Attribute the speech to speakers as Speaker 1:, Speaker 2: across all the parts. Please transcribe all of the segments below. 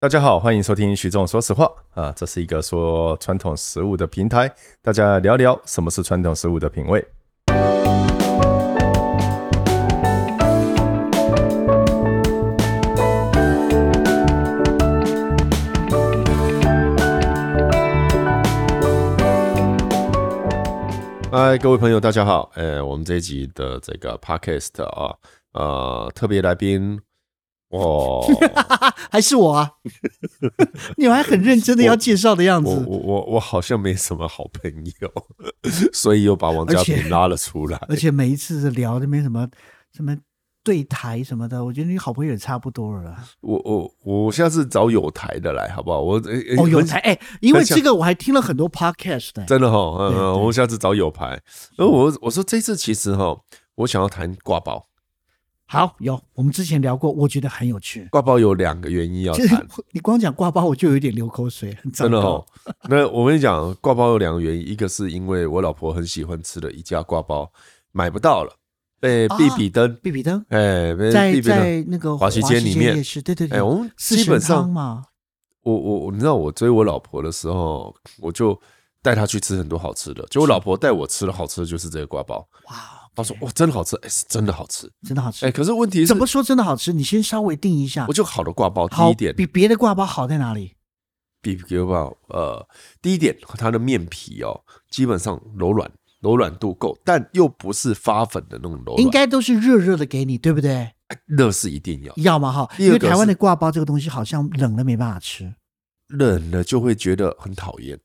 Speaker 1: 大家好，欢迎收听徐总说实话啊，这是一个说传统食物的平台，大家聊聊什么是传统食物的品味。嗨，各位朋友，大家好。呃，我们这一集的这个 podcast 啊，呃，特别来宾，哦，
Speaker 2: 还是 我啊？你还很认真的要介绍的样
Speaker 1: 我
Speaker 2: 子，
Speaker 1: 我我我好像没什么好朋友， 所以又把王家
Speaker 2: 而
Speaker 1: 平
Speaker 2: 且
Speaker 1: 拉了出 来。
Speaker 2: 而且每一次聊那边什么什么对台什么的，我觉得你好朋友也差不多了啦。
Speaker 1: 我我我下次找有台的来，好不好？我呃
Speaker 2: 哦，有
Speaker 1: 很
Speaker 2: 台哎、因为
Speaker 1: 很想
Speaker 2: 这个我还听了很多 podcast 的、
Speaker 1: 真的哈，嗯
Speaker 2: 对对
Speaker 1: 嗯，我下次找有牌。然后我我说这次其实哈，我想要谈挂包，
Speaker 2: 好，有我们之前聊过，我觉得很有趣。
Speaker 1: 挂包有两个原因要
Speaker 2: 其实
Speaker 1: 谈，
Speaker 2: 我你光讲挂包，我就有点流口水，很糟
Speaker 1: 真的
Speaker 2: 糕
Speaker 1: 哦。那我跟你讲，挂包有两个原因，一个是因为我老婆很喜欢吃的一家挂包买不到了，被
Speaker 2: 啊
Speaker 1: 必比登，
Speaker 2: 比比登
Speaker 1: 哎，被
Speaker 2: 在
Speaker 1: 必比登。
Speaker 2: 在那个
Speaker 1: 华西街里面
Speaker 2: 夜市，对对对，
Speaker 1: 哎，我们
Speaker 2: 四
Speaker 1: 基
Speaker 2: 神
Speaker 1: 本上
Speaker 2: 汤嘛，
Speaker 1: 我我我，你知道我追我老婆的时候，我就带她去吃很多好吃的。就我老婆带我吃的好吃的就是这个挂包，
Speaker 2: 哇，
Speaker 1: 她说哇，真的好吃，哎，是真的好吃。
Speaker 2: 真的好吃。
Speaker 1: 哎，可是问题是，
Speaker 2: 怎么说真的好吃？你先稍微定一下
Speaker 1: 我，就好的挂包，第
Speaker 2: 好
Speaker 1: 一点
Speaker 2: 比别的挂包好在哪里？
Speaker 1: 比比挂包，呃，第一点它的面皮哦，基本上柔软，柔软度够，但又不是发粉的那种柔软，
Speaker 2: 应该都是热热的给你，对不对？
Speaker 1: 热是一定要，
Speaker 2: 要么哈，
Speaker 1: 第二个
Speaker 2: 因为
Speaker 1: 是
Speaker 2: 台湾的挂包这个东西好像冷了没办法吃，
Speaker 1: 冷了就会觉得很讨厌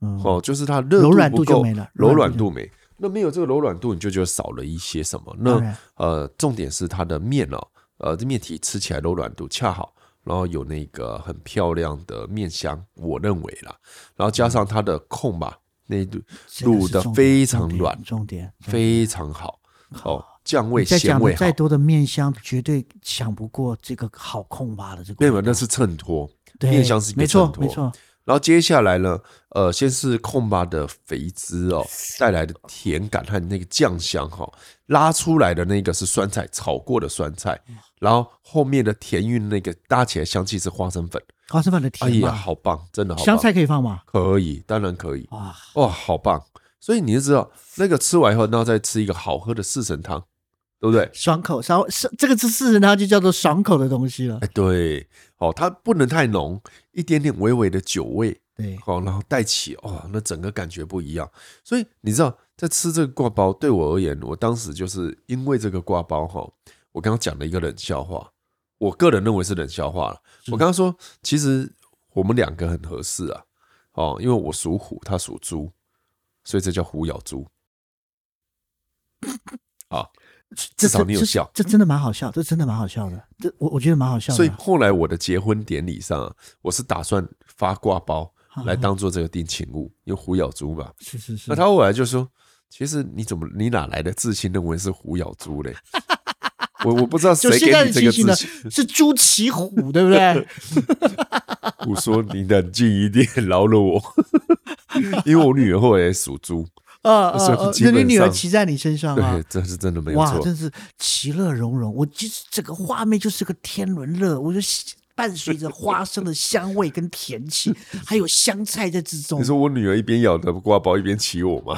Speaker 2: 嗯，
Speaker 1: 哦，就是它热
Speaker 2: 柔软
Speaker 1: 不
Speaker 2: 度就
Speaker 1: 够
Speaker 2: 没了
Speaker 1: 柔软
Speaker 2: 柔
Speaker 1: 度没。那没有这个柔软度，你就觉得少了一些什么？
Speaker 2: 当
Speaker 1: 那
Speaker 2: 然
Speaker 1: 呃，重点是它的面哦，呃，这面体吃起来柔软度恰好，然后有那个很漂亮的面香，我认为啦，然后
Speaker 2: 嗯
Speaker 1: 加上它的控吧，那一度
Speaker 2: 这个是
Speaker 1: 卤的
Speaker 2: 重点
Speaker 1: 非常
Speaker 2: 重点
Speaker 1: 软，
Speaker 2: 重点
Speaker 1: 非常好哦，酱味
Speaker 2: 你再
Speaker 1: 咸
Speaker 2: 讲
Speaker 1: 味好
Speaker 2: 再。多的面香，绝对抢不过这个好控吧的这个
Speaker 1: 没
Speaker 2: 味道。
Speaker 1: 有，那是衬托，
Speaker 2: 对
Speaker 1: 面香是一个
Speaker 2: 没
Speaker 1: 衬
Speaker 2: 错
Speaker 1: 托。
Speaker 2: 没错，
Speaker 1: 然后接下来呢，呃，先是控巴的肥汁哦带来的甜感和那个酱香哈、拉出来的那个是酸菜炒过的酸菜，
Speaker 2: 嗯
Speaker 1: 然后后面的甜韵那个搭起来香气是花生粉，
Speaker 2: 花生粉的
Speaker 1: 哎
Speaker 2: 甜
Speaker 1: 呀，
Speaker 2: 嘛，
Speaker 1: 好棒，真的好棒，
Speaker 2: 香菜可以放吗？
Speaker 1: 可以，当然可以，
Speaker 2: 哇，
Speaker 1: 哇、好棒！所以你就知道那个吃完以后，然后再吃一个好喝的四神汤，对不对？
Speaker 2: 爽口，稍微是这个字四神汤就叫做爽口的东西了
Speaker 1: 哎，。对，哦，它不能太浓，一点点微微的酒味，
Speaker 2: 对，
Speaker 1: 哦，然后带起哦，那整个感觉不一样。所以你知道，在吃这个挂包，对我而言，我当时就是因为这个挂包哈、我刚刚讲了一个冷笑话，我个人认为是冷笑话了。我刚刚说，其实我们两个很合适啊，哦，因为我属虎，他属猪，所以这叫虎咬猪。好，
Speaker 2: 这
Speaker 1: 至少你有
Speaker 2: 这
Speaker 1: 笑
Speaker 2: 这这真的蛮好笑，这真的蛮好笑的，这我我觉得蛮好笑的。
Speaker 1: 所以后来我的结婚典礼上、啊，我是打算发挂包来当做这个定情物，因为虎咬猪嘛。
Speaker 2: 是是是，
Speaker 1: 那他后来就说：“其实你怎么，你哪来的自信认为是虎咬猪嘞？”我我不知道谁 给
Speaker 2: 就现在
Speaker 1: 你
Speaker 2: 的啊
Speaker 1: 这个
Speaker 2: 情形
Speaker 1: 自
Speaker 2: 呢
Speaker 1: 信。，
Speaker 2: 是朱骑虎，对不对？
Speaker 1: 我说你冷静一点，饶了我， 因为我女儿后来也属猪，
Speaker 2: 呃
Speaker 1: 所以
Speaker 2: 呃呃，
Speaker 1: 基
Speaker 2: 那
Speaker 1: 本
Speaker 2: 你女儿
Speaker 1: 上
Speaker 2: 骑在你身上啊
Speaker 1: 对，，这是真的没有
Speaker 2: 哇，
Speaker 1: 错。
Speaker 2: 真是其乐融融。我就是整个画面就是个天伦乐，我就伴随着花生的香味跟甜气，还有香菜在之中
Speaker 1: 你，说我女儿一边咬着挂包一边骑我吗？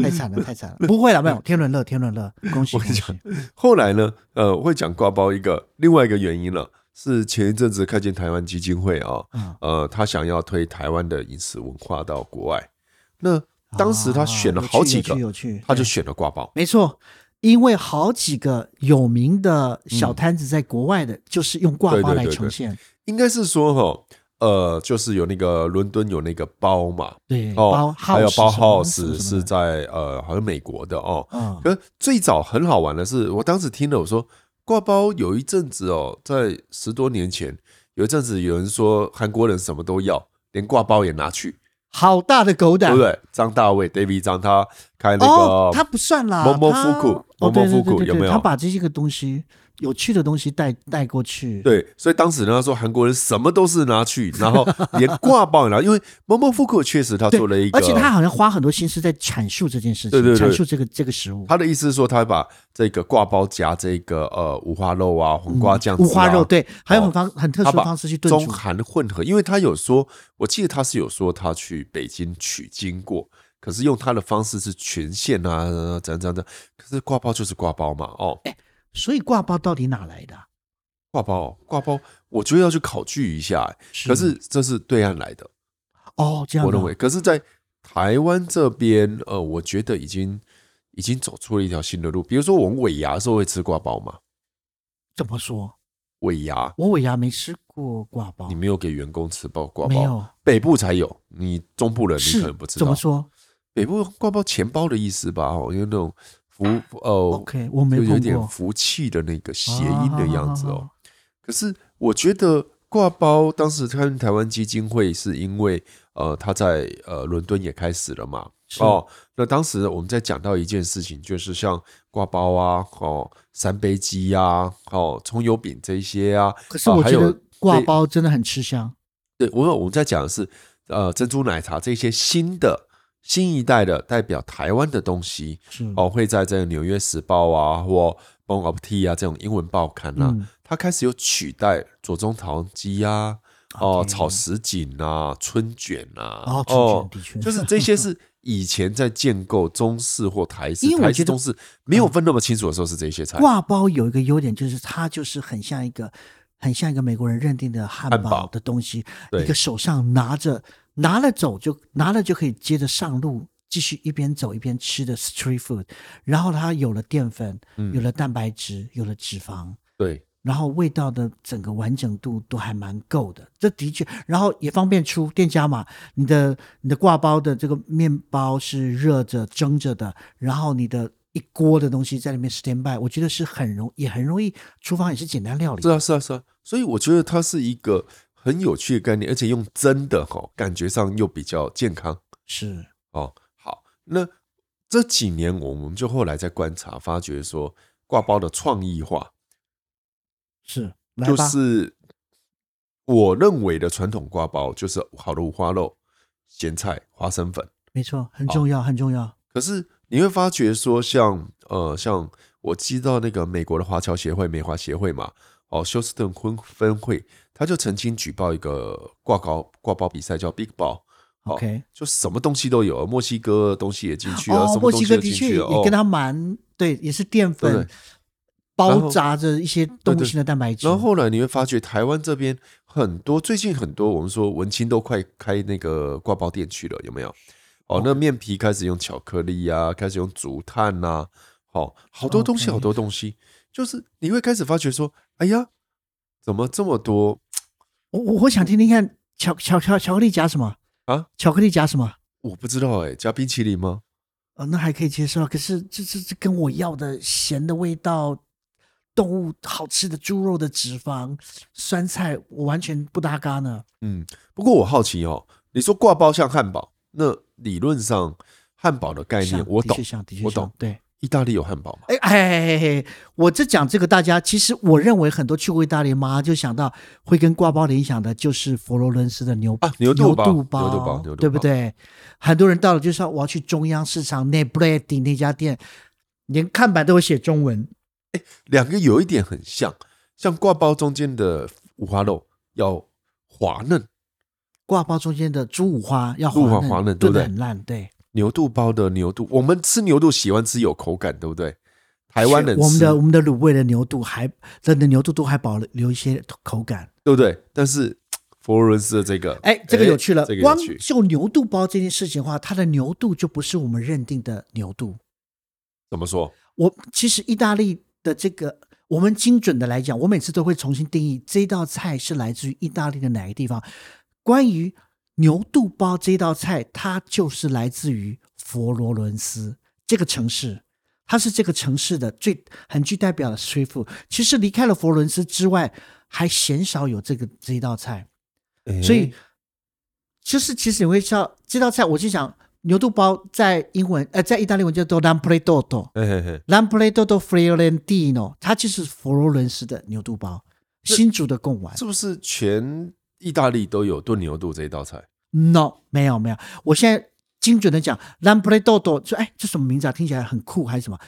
Speaker 2: 太惨了，太惨 了。不会了，没有天伦乐，天伦乐，恭喜
Speaker 1: 我
Speaker 2: 恭
Speaker 1: 跟你讲
Speaker 2: 喜！
Speaker 1: 后来呢，呃，我会讲挂包一个另外一个原因了，是前一阵子看见台湾基金会啊、
Speaker 2: 嗯
Speaker 1: 呃，他想要推台湾的饮食文化到国外。那当时他选了
Speaker 2: 啊有
Speaker 1: 好
Speaker 2: 趣
Speaker 1: 几
Speaker 2: 有
Speaker 1: 个，
Speaker 2: 趣有嗯趣
Speaker 1: 他就
Speaker 2: 对
Speaker 1: 选了挂包。
Speaker 2: 没错。因为好几个有名的小摊子在国外的，就是用挂
Speaker 1: 嗯对
Speaker 2: 包
Speaker 1: 对
Speaker 2: 来
Speaker 1: 对
Speaker 2: 呈
Speaker 1: 对
Speaker 2: 现，
Speaker 1: 应该是说哈，呃，就是有那个伦敦有那个包嘛，
Speaker 2: 对，
Speaker 1: 哦
Speaker 2: 包，
Speaker 1: 还有
Speaker 2: house
Speaker 1: 包
Speaker 2: 什么什么
Speaker 1: house
Speaker 2: 什么
Speaker 1: 是
Speaker 2: 的
Speaker 1: 在呃，好像美国的哦。
Speaker 2: 嗯
Speaker 1: 可最早很好玩的是，我当时听了我说挂包有一阵子哦，在十多年前有一阵子有人说韩国人什么都要，连挂包也拿去，
Speaker 2: 好大的狗胆，
Speaker 1: 对不对？张大卫 David 张他开那个
Speaker 2: 啊哦，他不算啦，
Speaker 1: 某某
Speaker 2: 他
Speaker 1: 复古
Speaker 2: 哦
Speaker 1: 某某
Speaker 2: 对对
Speaker 1: 复古
Speaker 2: 对对
Speaker 1: 有没有
Speaker 2: 他把这些个东西有趣的东西带带过去。
Speaker 1: 对，所以当时人家说韩国人什么都是拿去，然后连挂包也拿，因为某某复刻确实他
Speaker 2: 对，
Speaker 1: 做了一个，
Speaker 2: 而且他好像花很多心思在阐述这件事情，
Speaker 1: 对对对
Speaker 2: 阐述这个这个食物。
Speaker 1: 他的意思是说，他把这个挂包夹这个呃五花肉啊、黄瓜酱、
Speaker 2: 嗯五花肉，对，还有很方、很特
Speaker 1: 哦他
Speaker 2: 殊的
Speaker 1: 把
Speaker 2: 方式去炖
Speaker 1: 中
Speaker 2: 煮。
Speaker 1: 韩混合，因为他有说，我记得他是有说他去北京取经过，可是用他的方式是权限啊，呃怎样怎样怎样。可是挂包就是挂包嘛，哦，
Speaker 2: 所以挂包到底哪来的啊、
Speaker 1: 挂包哦挂包，我觉得要去考据一下、哎可是这是对岸来的，
Speaker 2: 哦，这样
Speaker 1: 我
Speaker 2: 的
Speaker 1: 认为。可是，在台湾这边，呃，我觉得已经已经走出了一条新的路。比如说，我们尾牙的时候会吃挂包嘛，
Speaker 2: 怎么说？
Speaker 1: 尾牙
Speaker 2: 我尾牙没吃过挂包
Speaker 1: 你，没有给员工吃包挂包，
Speaker 2: 没有
Speaker 1: 北部才有，你中部人你
Speaker 2: 是
Speaker 1: 可能不知
Speaker 2: 怎
Speaker 1: 道
Speaker 2: 么。说
Speaker 1: 北部挂包钱包的意思吧，哦，因为那种福呃，
Speaker 2: 啊？OK，我没
Speaker 1: 就有
Speaker 2: 碰
Speaker 1: 点
Speaker 2: 过
Speaker 1: 福气的那个谐音的样子
Speaker 2: 啊好好好
Speaker 1: 哦
Speaker 2: 好。
Speaker 1: 可是我觉得挂包当时看台湾基金会是因为呃，他在呃伦敦也开始了嘛，
Speaker 2: 是
Speaker 1: 哦，那当时我们在讲到一件事情，就是像挂包啊，哦，三杯鸡呀、啊，哦，葱油饼这一些啊，
Speaker 2: 可是
Speaker 1: 啊
Speaker 2: 我
Speaker 1: 还
Speaker 2: 觉
Speaker 1: 有
Speaker 2: 得挂包真的很吃香。
Speaker 1: 对，我我们在讲的是，呃，珍珠奶茶这些新的新一代的代表台湾的东西
Speaker 2: 是
Speaker 1: 哦，会在这个《纽约时报》啊或《Bon a p p e t 啊这种英文报刊啊，
Speaker 2: 嗯
Speaker 1: 它开始有取代左宗棠鸡啊、哦
Speaker 2: OK
Speaker 1: 炒什锦啊、春卷啊，
Speaker 2: 哦，春卷的确
Speaker 1: 就是这些是以前在建构中式或台式
Speaker 2: 因为，我
Speaker 1: 台
Speaker 2: 觉
Speaker 1: 式
Speaker 2: 得嗯
Speaker 1: 中式没有分那么清楚的时候是这些菜，
Speaker 2: 挂包有一个优点，就是它就是很像一个很像一个美国人认定的汉
Speaker 1: 汉
Speaker 2: 堡
Speaker 1: 堡
Speaker 2: 的东西，
Speaker 1: 对
Speaker 2: 一个手上拿着拿了走就拿了就可以接着上路。继续一边走一边吃的 street food，然后它有了淀粉，
Speaker 1: 嗯
Speaker 2: 有了蛋白质，有了脂肪，
Speaker 1: 对
Speaker 2: 然后味道的整个完整度都还蛮够的，这的确，然后也方便出店家嘛，你的你的挂包的这个面包是热着蒸着的，然后你的一锅的东西在里面 stand by，我觉得是很容也很容易，厨房也是简单料理
Speaker 1: 是，啊，是啊，是啊，所以我觉得它是一个很有趣的概念，而且用真的哈、感觉上又比较健康
Speaker 2: 是
Speaker 1: 哦。好，那这几年我们就后来在观察，发觉说挂包的创意化，
Speaker 2: 是，来
Speaker 1: 就
Speaker 2: 吧，
Speaker 1: 是我认为的传统挂包就是好的五花肉、咸菜、花生粉。
Speaker 2: 没错，很重要，很重要，
Speaker 1: 可是你会发觉说像，呃，像我知道那个美国的华侨协会、美华协会嘛，哦，休斯顿分分会，他就曾经举报一个挂高挂包比赛，叫 Big Ball。哦
Speaker 2: OK
Speaker 1: 就什么东西都有，墨西哥东西也进去了，
Speaker 2: 哦
Speaker 1: 什，么
Speaker 2: 墨
Speaker 1: 东
Speaker 2: 西
Speaker 1: 西
Speaker 2: 哥
Speaker 1: 都
Speaker 2: 的
Speaker 1: 进
Speaker 2: 确
Speaker 1: 去了，
Speaker 2: 也跟
Speaker 1: 哦。
Speaker 2: 它蛮对，也是淀粉
Speaker 1: 对对然
Speaker 2: 包
Speaker 1: 后
Speaker 2: 杂着一些动物
Speaker 1: 对
Speaker 2: 性的蛋白质，
Speaker 1: 然后后来你会发觉，台湾这边很多，最近很多，我们说文青都快开那个挂包店去了，有没有？哦，那面皮开始用巧克力啊，开始用竹炭呐、啊，哦，好多东西，
Speaker 2: OK
Speaker 1: 好多东西，就是你会开始发觉说，哎呀，怎么这么多？
Speaker 2: 我我我想听听看巧巧巧巧克力夹什么
Speaker 1: 啊？
Speaker 2: 巧克力夹什么？
Speaker 1: 我不知道哎、加冰淇淋吗？
Speaker 2: 呃，那还可以接受，可是这这这跟我要的咸的味道、动物好吃的猪肉的脂肪、酸菜，我完全不搭嘎呢。
Speaker 1: 嗯，不过我好奇哦，你说挂包像汉堡，那理论上汉堡的概念
Speaker 2: 像
Speaker 1: 哎我
Speaker 2: 啊的
Speaker 1: 懂
Speaker 2: 确，像的确
Speaker 1: 我
Speaker 2: 像
Speaker 1: 懂
Speaker 2: 对。
Speaker 1: 意大利有汉堡吗？
Speaker 2: 哎哎哎哎哎！我这讲这个，大家其实我认为很多去过意大利，马上就想到会跟挂包联想的就是佛罗伦斯的牛
Speaker 1: 啊牛肚
Speaker 2: 肚
Speaker 1: 包
Speaker 2: 牛
Speaker 1: 牛肚包牛肚
Speaker 2: 对不
Speaker 1: 包
Speaker 2: 对？很多人到了就说我要去中央市场那 b r e d 那家店，连看板都有写中文。
Speaker 1: 两个有一点很像，像挂包中间的五花肉要滑嫩，
Speaker 2: 挂包中间的猪五花要
Speaker 1: 猪五花
Speaker 2: 嫩
Speaker 1: 滑嫩对
Speaker 2: 炖
Speaker 1: 不
Speaker 2: 的
Speaker 1: 对
Speaker 2: 很烂，对。
Speaker 1: 牛肚包的牛肚，我们吃牛肚喜欢吃有口感，对不对？台湾人
Speaker 2: 我们
Speaker 1: 吃，
Speaker 2: 的我们的卤味的牛肚还真的牛肚都还保留一些口感。
Speaker 1: 对不对？但是嘖佛罗伦斯的这个，
Speaker 2: 哎，这个有趣了。
Speaker 1: 这个有
Speaker 2: 光
Speaker 1: 趣，
Speaker 2: 就牛肚包这件事情的话，它的牛肚就不是我们认定的牛肚。
Speaker 1: 怎么说？
Speaker 2: 我其实意大利的这个，我们精准的来讲，我每次都会重新定义这道菜是来自于意大利的哪个地方。关于牛肚包这道菜，它就是来自于佛罗伦斯这个城市，它是这个城市的最很具代表的 street food。其实离开了佛罗伦斯之外，还鲜少有这个这一道菜。所以
Speaker 1: 哎
Speaker 2: 就是其实你会知道这道菜，我就想牛肚包在英文呃在意大利文叫做 lampredotto。
Speaker 1: 哎嘿嘿嘿，
Speaker 2: Lampredotto Fiorentino，它就是佛罗伦斯的牛肚包，新竹的贡丸。
Speaker 1: 是不是全意大利都有炖牛肚这一道菜？
Speaker 2: No，没有没有，我现在精准的讲，Lampredotto 说，哎，这什么名字啊？听起来很酷还是什么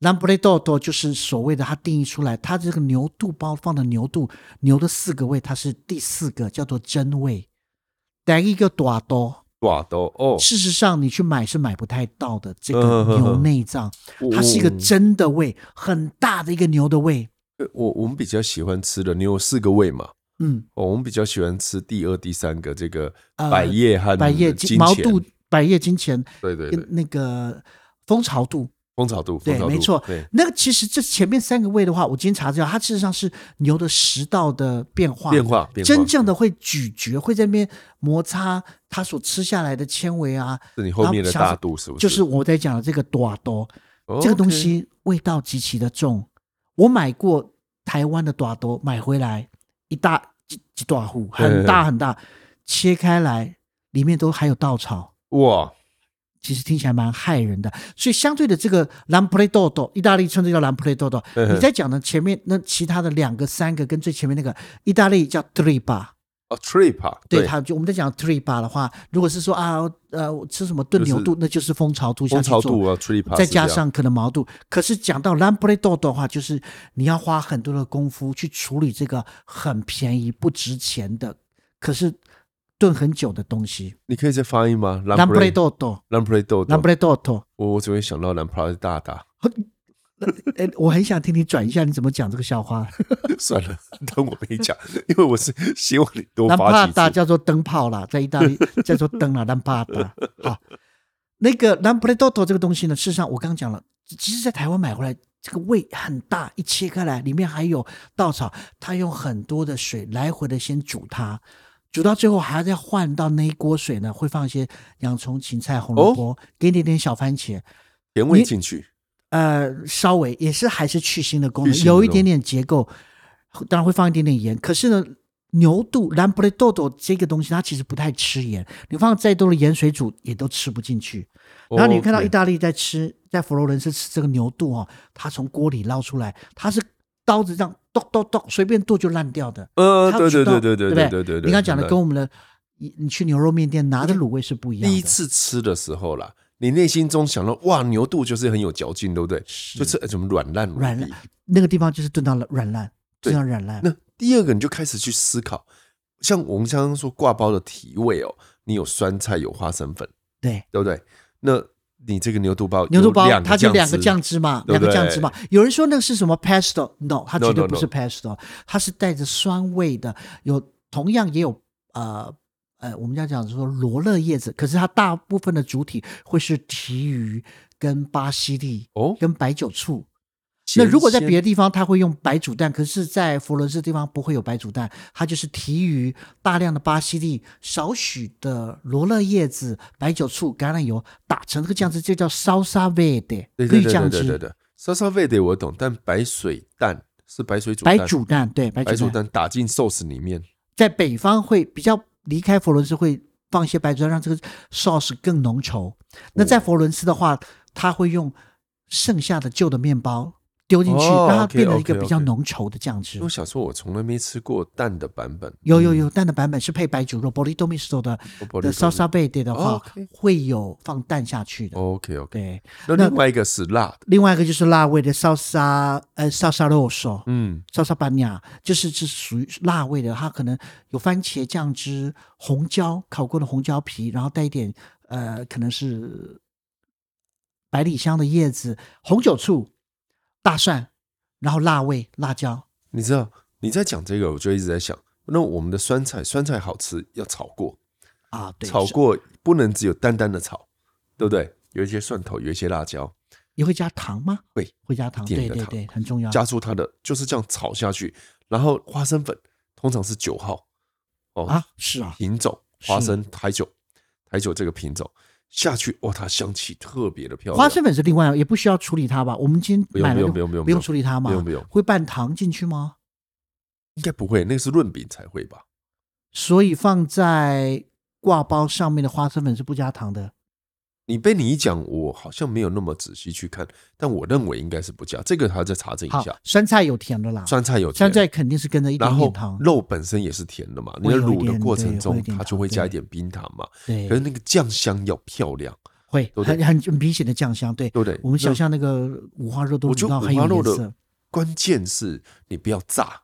Speaker 2: ？Lampredotto 就是所谓的它定义出来，它这个牛肚包放的牛肚，牛的四个胃，它是第四个叫做真胃，第一个短多。
Speaker 1: 哇，都哦，
Speaker 2: 事实上，你去买是买不太到的这
Speaker 1: 嗯哦
Speaker 2: 个
Speaker 1: 哼
Speaker 2: 牛
Speaker 1: 哼
Speaker 2: 内脏，它是一个
Speaker 1: 我
Speaker 2: 真的胃，很大的一个牛的胃。
Speaker 1: 我我们比较喜欢吃的，你有四个胃嘛？
Speaker 2: 嗯，
Speaker 1: 哦，我们比较喜欢吃第二、第三个这个
Speaker 2: 呃
Speaker 1: 百叶和
Speaker 2: 百叶金
Speaker 1: 金
Speaker 2: 毛
Speaker 1: 钱
Speaker 2: 肚，百叶金钱
Speaker 1: 对对对
Speaker 2: 跟，那个蜂巢肚，
Speaker 1: 蜂巢肚，
Speaker 2: 对
Speaker 1: 蜂巢肚
Speaker 2: 没错
Speaker 1: 对，
Speaker 2: 那个其实这前面三个胃的话，我今天查资料，它事实上是牛的食道的变化，
Speaker 1: 变化变化，
Speaker 2: 真正的会咀嚼，会在那边摩擦它所吃下来的纤维啊，
Speaker 1: 是你后面的
Speaker 2: 然后
Speaker 1: 大肚是不哦
Speaker 2: 就是
Speaker 1: 是
Speaker 2: 我在讲的这个多多，这个东，西味道极其的重。我买过台湾的多多，买回来一大几几大户，很大很大，切开来里面都还有稻草。
Speaker 1: OK 哇，
Speaker 2: 其实听起来蛮害人的。所以相对的，这个 l a m p r e d o t o 意大利称之叫 l a m p r e d o t o
Speaker 1: 嗯哼
Speaker 2: 你在讲的前面那其他的两个、三个跟最前面那个意大利叫 tripa，
Speaker 1: 哦，trip 啊，
Speaker 2: 对，它就我们在讲 tripa 的话，如果是说啊呃我吃什么炖牛
Speaker 1: 就
Speaker 2: 肚，
Speaker 1: 是
Speaker 2: 那就是蜂巢肚下
Speaker 1: 蜂
Speaker 2: 去
Speaker 1: 巢肚
Speaker 2: 做。
Speaker 1: 啊，trip 啊，
Speaker 2: 再加上可能毛肚，可是讲到 l a m p r e d o t o 的话，就是你要花很多的功夫去处理这个很便宜不值钱的，可是炖很久的东西。
Speaker 1: 你可以再发音吗
Speaker 2: l a m p r e d o t o
Speaker 1: l a m p r e d o
Speaker 2: l a m p r e d o t o
Speaker 1: 我我只会想到 l a m p r e d a d
Speaker 2: 哎、我很想听你转一下，你怎么讲这个笑话？
Speaker 1: 算了，当我没讲， 因为我是希望你多
Speaker 2: 兰
Speaker 1: 发
Speaker 2: 帕
Speaker 1: 几
Speaker 2: 达
Speaker 1: 次。
Speaker 2: 叫做灯泡啦， 在意大利叫做灯啦，兰帕达。好，那个兰普雷多多这个东西呢，事实上我刚刚讲了，其实在台湾买回来，这个胃很大，一切开来里面还有稻草，它用很多的水来回的先煮它。煮到最后还要再换到那一锅水呢，会放一些洋葱、芹菜、红萝卜，给你点小番茄，
Speaker 1: 甜味进去，
Speaker 2: 呃，稍微也是还是去腥的功能
Speaker 1: 去腥，的
Speaker 2: 有一
Speaker 1: 功
Speaker 2: 点点结构，当然会放一点点盐。可是呢，牛肚 l a m p r e d o t o 这个东西它其实不太吃盐，你放再多的盐水煮也都吃不进去。然后你看到
Speaker 1: OK
Speaker 2: 意大利在吃，在佛罗伦斯吃这个牛肚哦，它从锅里捞出来，它是刀子这样剁剁剁，随便剁就烂掉的。
Speaker 1: 呃，
Speaker 2: 它
Speaker 1: 对对
Speaker 2: 煮到
Speaker 1: 对对
Speaker 2: 对
Speaker 1: 对
Speaker 2: 不
Speaker 1: 对对，
Speaker 2: 你刚讲的
Speaker 1: 对
Speaker 2: 跟我们的你你去牛肉面店拿的卤味是不一样的。
Speaker 1: 第一次吃的时候啦，你内心中想到哇，牛肚就是很有嚼劲，对不对？就吃呃怎么软烂
Speaker 2: 软
Speaker 1: 烂
Speaker 2: 烂。那个地方就是炖到了软烂，
Speaker 1: 对
Speaker 2: 炖到软烂。
Speaker 1: 那第二个你就开始去思考，像我们刚刚说挂包的提味哦，你有酸菜有花生粉，
Speaker 2: 对。
Speaker 1: 对不对？那你这个牛肚包
Speaker 2: 牛肚包
Speaker 1: 有两个
Speaker 2: 它就
Speaker 1: 汁
Speaker 2: 两个酱汁嘛，
Speaker 1: 对
Speaker 2: 两
Speaker 1: 不
Speaker 2: 个
Speaker 1: 对
Speaker 2: 酱汁嘛。有人说那个是什么 pesto？No，它
Speaker 1: No,
Speaker 2: 绝对
Speaker 1: no,
Speaker 2: 不是
Speaker 1: no.
Speaker 2: pesto，、它是带着酸味的，有同样也有呃呃，我们要讲说罗勒叶子，可是它大部分的主体会是提鱼跟巴西利
Speaker 1: 哦。
Speaker 2: 跟白酒醋。那
Speaker 1: 咸
Speaker 2: 如果在
Speaker 1: 鲜
Speaker 2: 别的地方，它会用白煮蛋，可是，在佛罗伦斯地方不会有白煮蛋，它就是提鱼、大量的巴西利、少许的罗勒叶子、白酒醋、橄榄油打成这个酱汁，就叫 salsa verde
Speaker 1: 对对
Speaker 2: 绿
Speaker 1: 对
Speaker 2: 酱
Speaker 1: 对对对
Speaker 2: 汁。
Speaker 1: 对，烧烧味的我懂，但白水蛋是白水煮
Speaker 2: 白
Speaker 1: 蛋
Speaker 2: 煮蛋对白
Speaker 1: 白煮
Speaker 2: 煮蛋，
Speaker 1: 蛋打进寿司里面，
Speaker 2: 在北方会比较离开佛罗伦斯会放一些白煮蛋，让这个 sauce 更浓稠。那
Speaker 1: 哦
Speaker 2: 在佛罗伦斯的话，它会用剩下的旧的面包丢进去，
Speaker 1: 哦
Speaker 2: 让它
Speaker 1: OK，
Speaker 2: 变成一个
Speaker 1: OK，
Speaker 2: 比较
Speaker 1: OK
Speaker 2: 浓稠的酱汁。
Speaker 1: 因为我小时候我从来没吃过蛋的版本，
Speaker 2: 有有有蛋的版本是配白酒肉 b o l i t o misto 的
Speaker 1: ，Burrito
Speaker 2: 的 salsa b e d e 的
Speaker 1: 哦
Speaker 2: 话
Speaker 1: ，OK，哦
Speaker 2: 会有放蛋下去的。
Speaker 1: OK OK，
Speaker 2: 对，
Speaker 1: 那
Speaker 2: 那
Speaker 1: 另外一个是辣的，
Speaker 2: 另外一个就是辣味的 salsa 呃 salsa rosso。
Speaker 1: 嗯，
Speaker 2: salsa b a n a 就是是属于辣味的，它可能有番茄酱汁、红椒烤过的红椒皮，然后带一点呃，可能是百里香的叶子、红酒醋、大蒜，然后辣味辣椒。
Speaker 1: 你知道你在讲这个，我就一直在想，那我们的酸菜，酸菜好吃要炒过，
Speaker 2: 啊，对，
Speaker 1: 炒
Speaker 2: 是
Speaker 1: 过不能只有单单的炒，对不对？有一些蒜头，有一些辣椒，
Speaker 2: 也会加糖吗？
Speaker 1: 会，
Speaker 2: 会加糖，
Speaker 1: 点
Speaker 2: 对
Speaker 1: 个
Speaker 2: 对
Speaker 1: 糖
Speaker 2: 对，很重要。
Speaker 1: 加出它的就是这样炒下去。然后花生粉通常是九号哦，
Speaker 2: 啊，是啊，
Speaker 1: 品种
Speaker 2: 是
Speaker 1: 花生台酒，台酒这个品种下去，哇，它香气特别的漂亮。
Speaker 2: 花生粉是另外，也不需要处理它吧？我们今
Speaker 1: 不
Speaker 2: 天
Speaker 1: 用
Speaker 2: 买了
Speaker 1: 不用
Speaker 2: 就
Speaker 1: 不用不用
Speaker 2: 不用处理它嘛，
Speaker 1: 不用不用
Speaker 2: 会拌糖进去吗？
Speaker 1: 应该不会，那个是润饼才会吧？
Speaker 2: 所以放在挂包上面的花生粉是不加糖的。
Speaker 1: 你被你一讲，我好像没有那么仔细去看，但我认为应该是不加，这个还要再查证一
Speaker 2: 好
Speaker 1: 下。，
Speaker 2: 酸菜有甜的啦，
Speaker 1: 酸菜有
Speaker 2: 酸
Speaker 1: 甜，
Speaker 2: 菜肯定是跟着一
Speaker 1: 然
Speaker 2: 点
Speaker 1: 后
Speaker 2: 点糖，
Speaker 1: 肉本身也是甜的嘛，你
Speaker 2: 会
Speaker 1: 在
Speaker 2: 有一
Speaker 1: 卤的
Speaker 2: 点
Speaker 1: 过
Speaker 2: 对
Speaker 1: 程
Speaker 2: 会
Speaker 1: 中
Speaker 2: 有，点
Speaker 1: 它就
Speaker 2: 糖
Speaker 1: 会加
Speaker 2: 对
Speaker 1: 一点冰糖嘛。
Speaker 2: 对
Speaker 1: 可，是那个酱香要漂亮，
Speaker 2: 会
Speaker 1: 对
Speaker 2: 很很很明显的酱香，对
Speaker 1: 对不对？
Speaker 2: 我们
Speaker 1: 那
Speaker 2: 想象那个五花肉都
Speaker 1: 我
Speaker 2: 淋
Speaker 1: 觉
Speaker 2: 到
Speaker 1: 得
Speaker 2: 很
Speaker 1: 五花
Speaker 2: 有
Speaker 1: 肉
Speaker 2: 颜
Speaker 1: 的
Speaker 2: 色，
Speaker 1: 关键是你不要炸，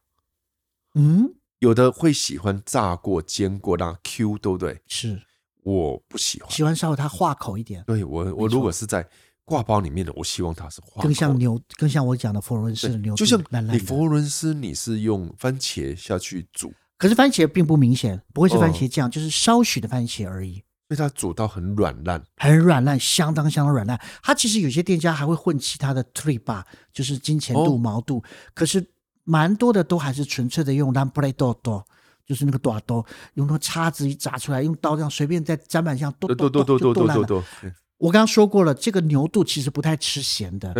Speaker 2: 嗯，
Speaker 1: 有的会喜欢炸过、煎过，让它 Q，对不对？
Speaker 2: 是
Speaker 1: 我不喜欢。
Speaker 2: 喜欢稍微它化口一点，
Speaker 1: 对我，我如果是在挂包里面的，我希望它是化
Speaker 2: 更
Speaker 1: 口
Speaker 2: 像
Speaker 1: 的
Speaker 2: 牛，更像我讲的佛罗伦斯的牛肚，
Speaker 1: 就像
Speaker 2: 烂烂
Speaker 1: 你
Speaker 2: 的
Speaker 1: 佛罗伦斯，你是用番茄下去煮，
Speaker 2: 可是番茄并不明显，不会是番
Speaker 1: 嗯
Speaker 2: 茄酱，就是稍许的番茄而已，
Speaker 1: 被它煮到很软烂，
Speaker 2: 很软烂，相当相当软烂。它其实有些店家还会混其他的 three bar，就是金钱
Speaker 1: 哦
Speaker 2: 肚、毛肚，可是蛮多的都还是纯粹的用 l a m p r e d o d 就是那个短刀，用那个叉子一扎出来，用刀这样随便在砧板上剁
Speaker 1: 多
Speaker 2: 剁
Speaker 1: 多多
Speaker 2: 就
Speaker 1: 多
Speaker 2: 剁
Speaker 1: 多
Speaker 2: 烂
Speaker 1: 多
Speaker 2: 了。
Speaker 1: 多，
Speaker 2: 我刚刚说过了，这个牛肚其实不太吃咸的，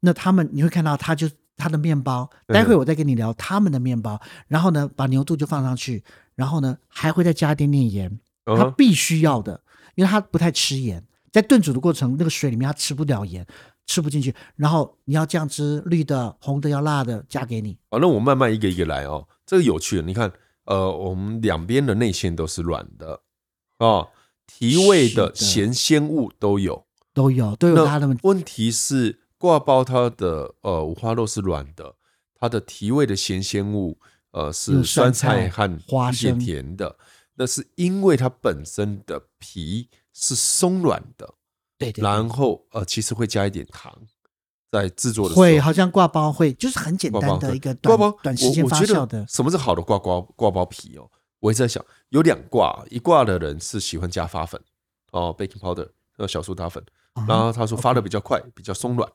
Speaker 2: 那他们你会看到，他就他的面包，
Speaker 1: 嗯
Speaker 2: 待会我再跟你聊他们的面包。然后呢，把牛肚就放上去，然后呢还会再加一点点盐，
Speaker 1: 嗯
Speaker 2: 他
Speaker 1: 哼
Speaker 2: 必须要的，因为他不太吃盐，在炖煮的过程，那个水里面他吃不了盐，吃不进去。然后你要酱汁，绿的、红的要辣的加给你，
Speaker 1: 好，哦那我慢慢一个一个来哦。这个有趣的，你看，呃，我们两边的内馅都是软的哦，提味的
Speaker 2: 是的
Speaker 1: 咸鲜物都有。
Speaker 2: 都有都有他的
Speaker 1: 那问题是挂包它的呃五花肉是软的，它的提味的咸鲜物呃是
Speaker 2: 有
Speaker 1: 酸
Speaker 2: 酸菜
Speaker 1: 菜和
Speaker 2: 花
Speaker 1: 一点
Speaker 2: 生
Speaker 1: 甜的，那是因为它本身的皮是松软的，
Speaker 2: 对对对
Speaker 1: 然后呃其实会加一点糖，在制作的时候
Speaker 2: 会好像挂包会，就是很简
Speaker 1: 挂包
Speaker 2: 单的一个
Speaker 1: 挂
Speaker 2: 短
Speaker 1: 包，
Speaker 2: 短
Speaker 1: 我
Speaker 2: 时间
Speaker 1: 我
Speaker 2: 发
Speaker 1: 觉得
Speaker 2: 酵的，
Speaker 1: 什么是好的挂包挂包皮哦？我一直在想，有两挂，一挂的人是喜欢加发粉哦，baking powder，呃，小苏打粉。
Speaker 2: 嗯
Speaker 1: 然后他说发的比较快，比较松软。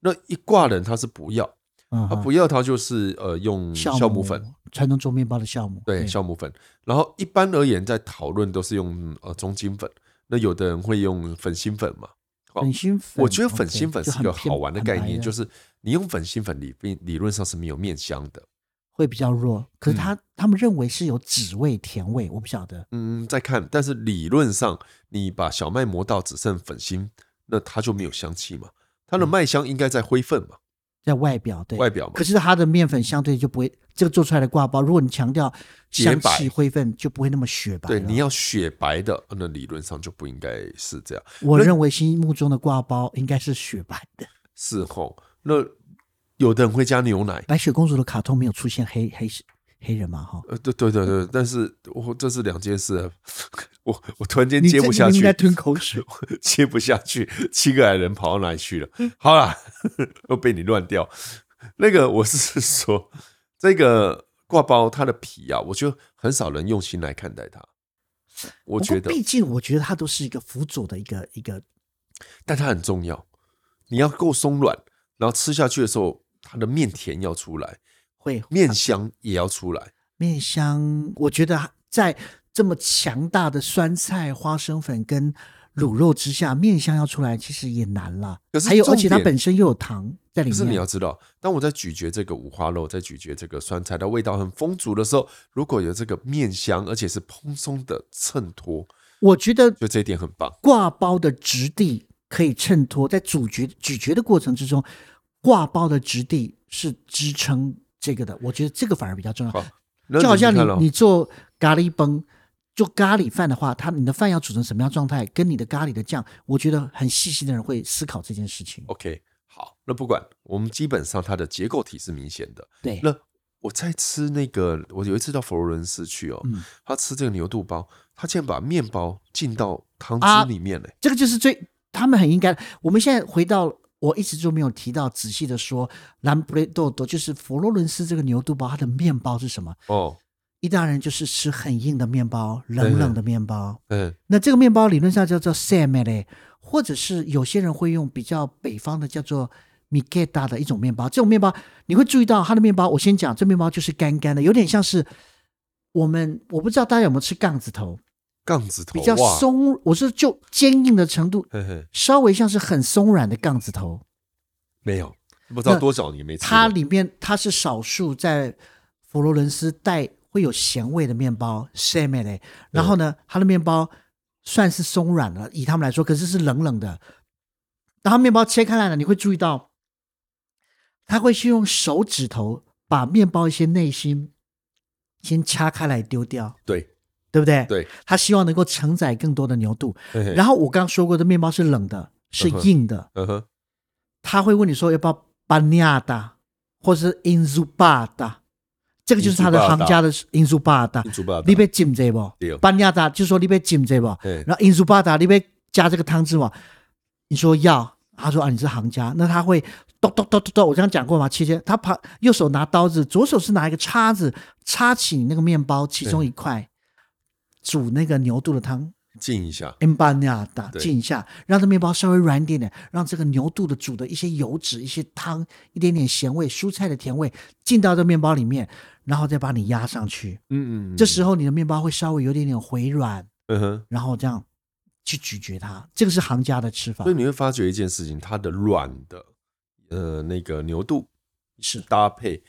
Speaker 1: 那一挂的人他是不要，
Speaker 2: 嗯
Speaker 1: 他不要他就是呃用酵母粉，，
Speaker 2: 传统做面包的酵母，
Speaker 1: 对酵母粉。然后一般而言，在讨论都是用呃中筋粉，那有的人会用粉芯粉嘛。哦
Speaker 2: 粉心粉，
Speaker 1: 我觉得粉
Speaker 2: OK，
Speaker 1: 芯粉
Speaker 2: 就是
Speaker 1: 一个
Speaker 2: 很偏
Speaker 1: 好玩的
Speaker 2: 很
Speaker 1: 概
Speaker 2: 白
Speaker 1: 念，
Speaker 2: 的
Speaker 1: 就是你用粉芯粉理理论上是没有面香的。
Speaker 2: 会比较弱，可是
Speaker 1: 嗯
Speaker 2: 他、他们认为是有脂味、甜味，我不晓得。
Speaker 1: 嗯，再看，但是理论上，你把小麦磨到只剩粉芯，那它就没有香气嘛。它的麦香应该在灰分嘛，
Speaker 2: 在外表嗯对
Speaker 1: 外表嘛
Speaker 2: 可。是它的面粉相对就不会，这个做出来的挂包，如果你强调香
Speaker 1: 洁白
Speaker 2: 气灰分，就不会那么雪白了。
Speaker 1: 对，你要雪白的，那理论上就不应该是这样。
Speaker 2: 我
Speaker 1: 那
Speaker 2: 认为心目中的挂包应该是雪白的，
Speaker 1: 是吼，那有的人会加牛奶，
Speaker 2: 白雪公主的卡通没有出现黑黑黑人嘛哈。
Speaker 1: 呃，对对对
Speaker 2: 嗯
Speaker 1: 对，但是我这是两件事啊， 我我突然间
Speaker 2: 你
Speaker 1: 接
Speaker 2: 这
Speaker 1: 不
Speaker 2: 你
Speaker 1: 下
Speaker 2: 应
Speaker 1: 去
Speaker 2: 该，吞口水。
Speaker 1: 接不下去，七个矮人跑到哪里去了？好啦， 又被你乱掉。那个我是说，这个挂包它的皮啊，我觉得很少人用心来看待它。我
Speaker 2: 不过
Speaker 1: 觉得，
Speaker 2: 毕竟我觉得它都是一个辅佐的一个一个
Speaker 1: 但它很重要，你要够松软，然后吃下去的时候，它的面甜要出来，
Speaker 2: 会
Speaker 1: 面香也要出来。
Speaker 2: 面香，我觉得在这么强大的酸菜、花生粉跟卤肉之下，面香要出来其实也难了。
Speaker 1: 可是
Speaker 2: 还有，
Speaker 1: 重
Speaker 2: 而且它
Speaker 1: 点
Speaker 2: 本身又有糖在里
Speaker 1: 可是你要
Speaker 2: 面。
Speaker 1: 知道，当我在咀嚼这个五花肉，在咀嚼这个酸菜的味道很丰足的时候，如果有这个面香，而且是蓬松的衬托，
Speaker 2: 我觉得
Speaker 1: 就这一点很棒。
Speaker 2: 挂包的质地可以衬托，在咀嚼咀嚼的过程之中，挂包的质地是支撑这个的。我觉得这个反而比较重要。
Speaker 1: 好那
Speaker 2: 就好像你
Speaker 1: 看咯
Speaker 2: 你做咖喱崩，做咖喱饭的话，它你的饭要煮成什么样状态，跟你的咖喱的酱，我觉得很细心的人会思考这件事情。
Speaker 1: OK，好，那不管，我们基本上它的结构体是明显的。
Speaker 2: 对，
Speaker 1: 那我在吃那个，我有一次到佛罗伦斯去哦，
Speaker 2: 嗯
Speaker 1: 他吃这个牛肚包，他竟然把面包浸到汤
Speaker 2: 啊
Speaker 1: 汁里面嘞、
Speaker 2: 这个就是最他们很应该。我们现在回到我一直就没有提到仔细的说，兰布雷豆豆就是佛罗伦斯这个牛肚包，它的面包是什么？
Speaker 1: 哦，
Speaker 2: 意大利人就是吃很硬的面包，冷冷的面包。
Speaker 1: 嗯，
Speaker 2: 那这个面包理论上叫做 s a m e l 或者是有些人会用比较北方的叫做 m i g e t a 的一种面包。这种面包你会注意到它的面包，我先讲，这面包就是干干的，有点像是我们我不知道大家有没有吃杠子头，
Speaker 1: 杠子头
Speaker 2: 比较，
Speaker 1: 哇
Speaker 2: 松，我是就坚硬的程度，
Speaker 1: 嘿嘿，
Speaker 2: 稍微像是很松软的杠子头。
Speaker 1: 没有，不知道
Speaker 2: 那
Speaker 1: 多少年没吃过。
Speaker 2: 它里面它是少数在佛罗伦斯带会有咸味的面包 s e m e l 然后呢，它的面包算是松软了，以他们来说，可是是冷冷的。然后面包切开来了，你会注意到，他会去用手指头把面包一些内心先掐开来丢掉，
Speaker 1: 对
Speaker 2: 对不对？，
Speaker 1: 对，
Speaker 2: 他希望能够承载更多的牛度。
Speaker 1: 然
Speaker 2: 然后我刚刚说过的面包是冷的，是
Speaker 1: 嗯哼
Speaker 2: 硬的，
Speaker 1: 嗯哼，
Speaker 2: 他会问你说要不要 banada 或是 inzubada，这个就是他的
Speaker 1: Inzubada
Speaker 2: 行家的 inzubada。
Speaker 1: 印度吧，
Speaker 2: 你被浸这不
Speaker 1: 对？
Speaker 2: 班亚达就说你被浸这不？
Speaker 1: 对
Speaker 2: 然后 inzubada 你被加这个汤汁嘛？你说要，他说啊你是行家，那他会咚咚咚咚咚，我刚刚讲过嘛，切切，他旁右手拿刀子，左手是拿一个叉子叉起你那个面包其中一块，煮那个牛肚的汤。
Speaker 1: 静一下，
Speaker 2: n 班亚打
Speaker 1: 对
Speaker 2: 进一下，让这面包稍微软一点点，让这个牛肚的煮的一些油脂、一些汤、一点点咸味、蔬菜的甜味进到这面包里面，然后再把你压上去。
Speaker 1: 嗯嗯，嗯
Speaker 2: 这时候你的面包会稍微有点点回软，
Speaker 1: 嗯哼，
Speaker 2: 然后这样去咀嚼它。这个是行家的吃法
Speaker 1: 所以，你会发觉一件事情，它的软的呃那个牛肚
Speaker 2: 是
Speaker 1: 搭配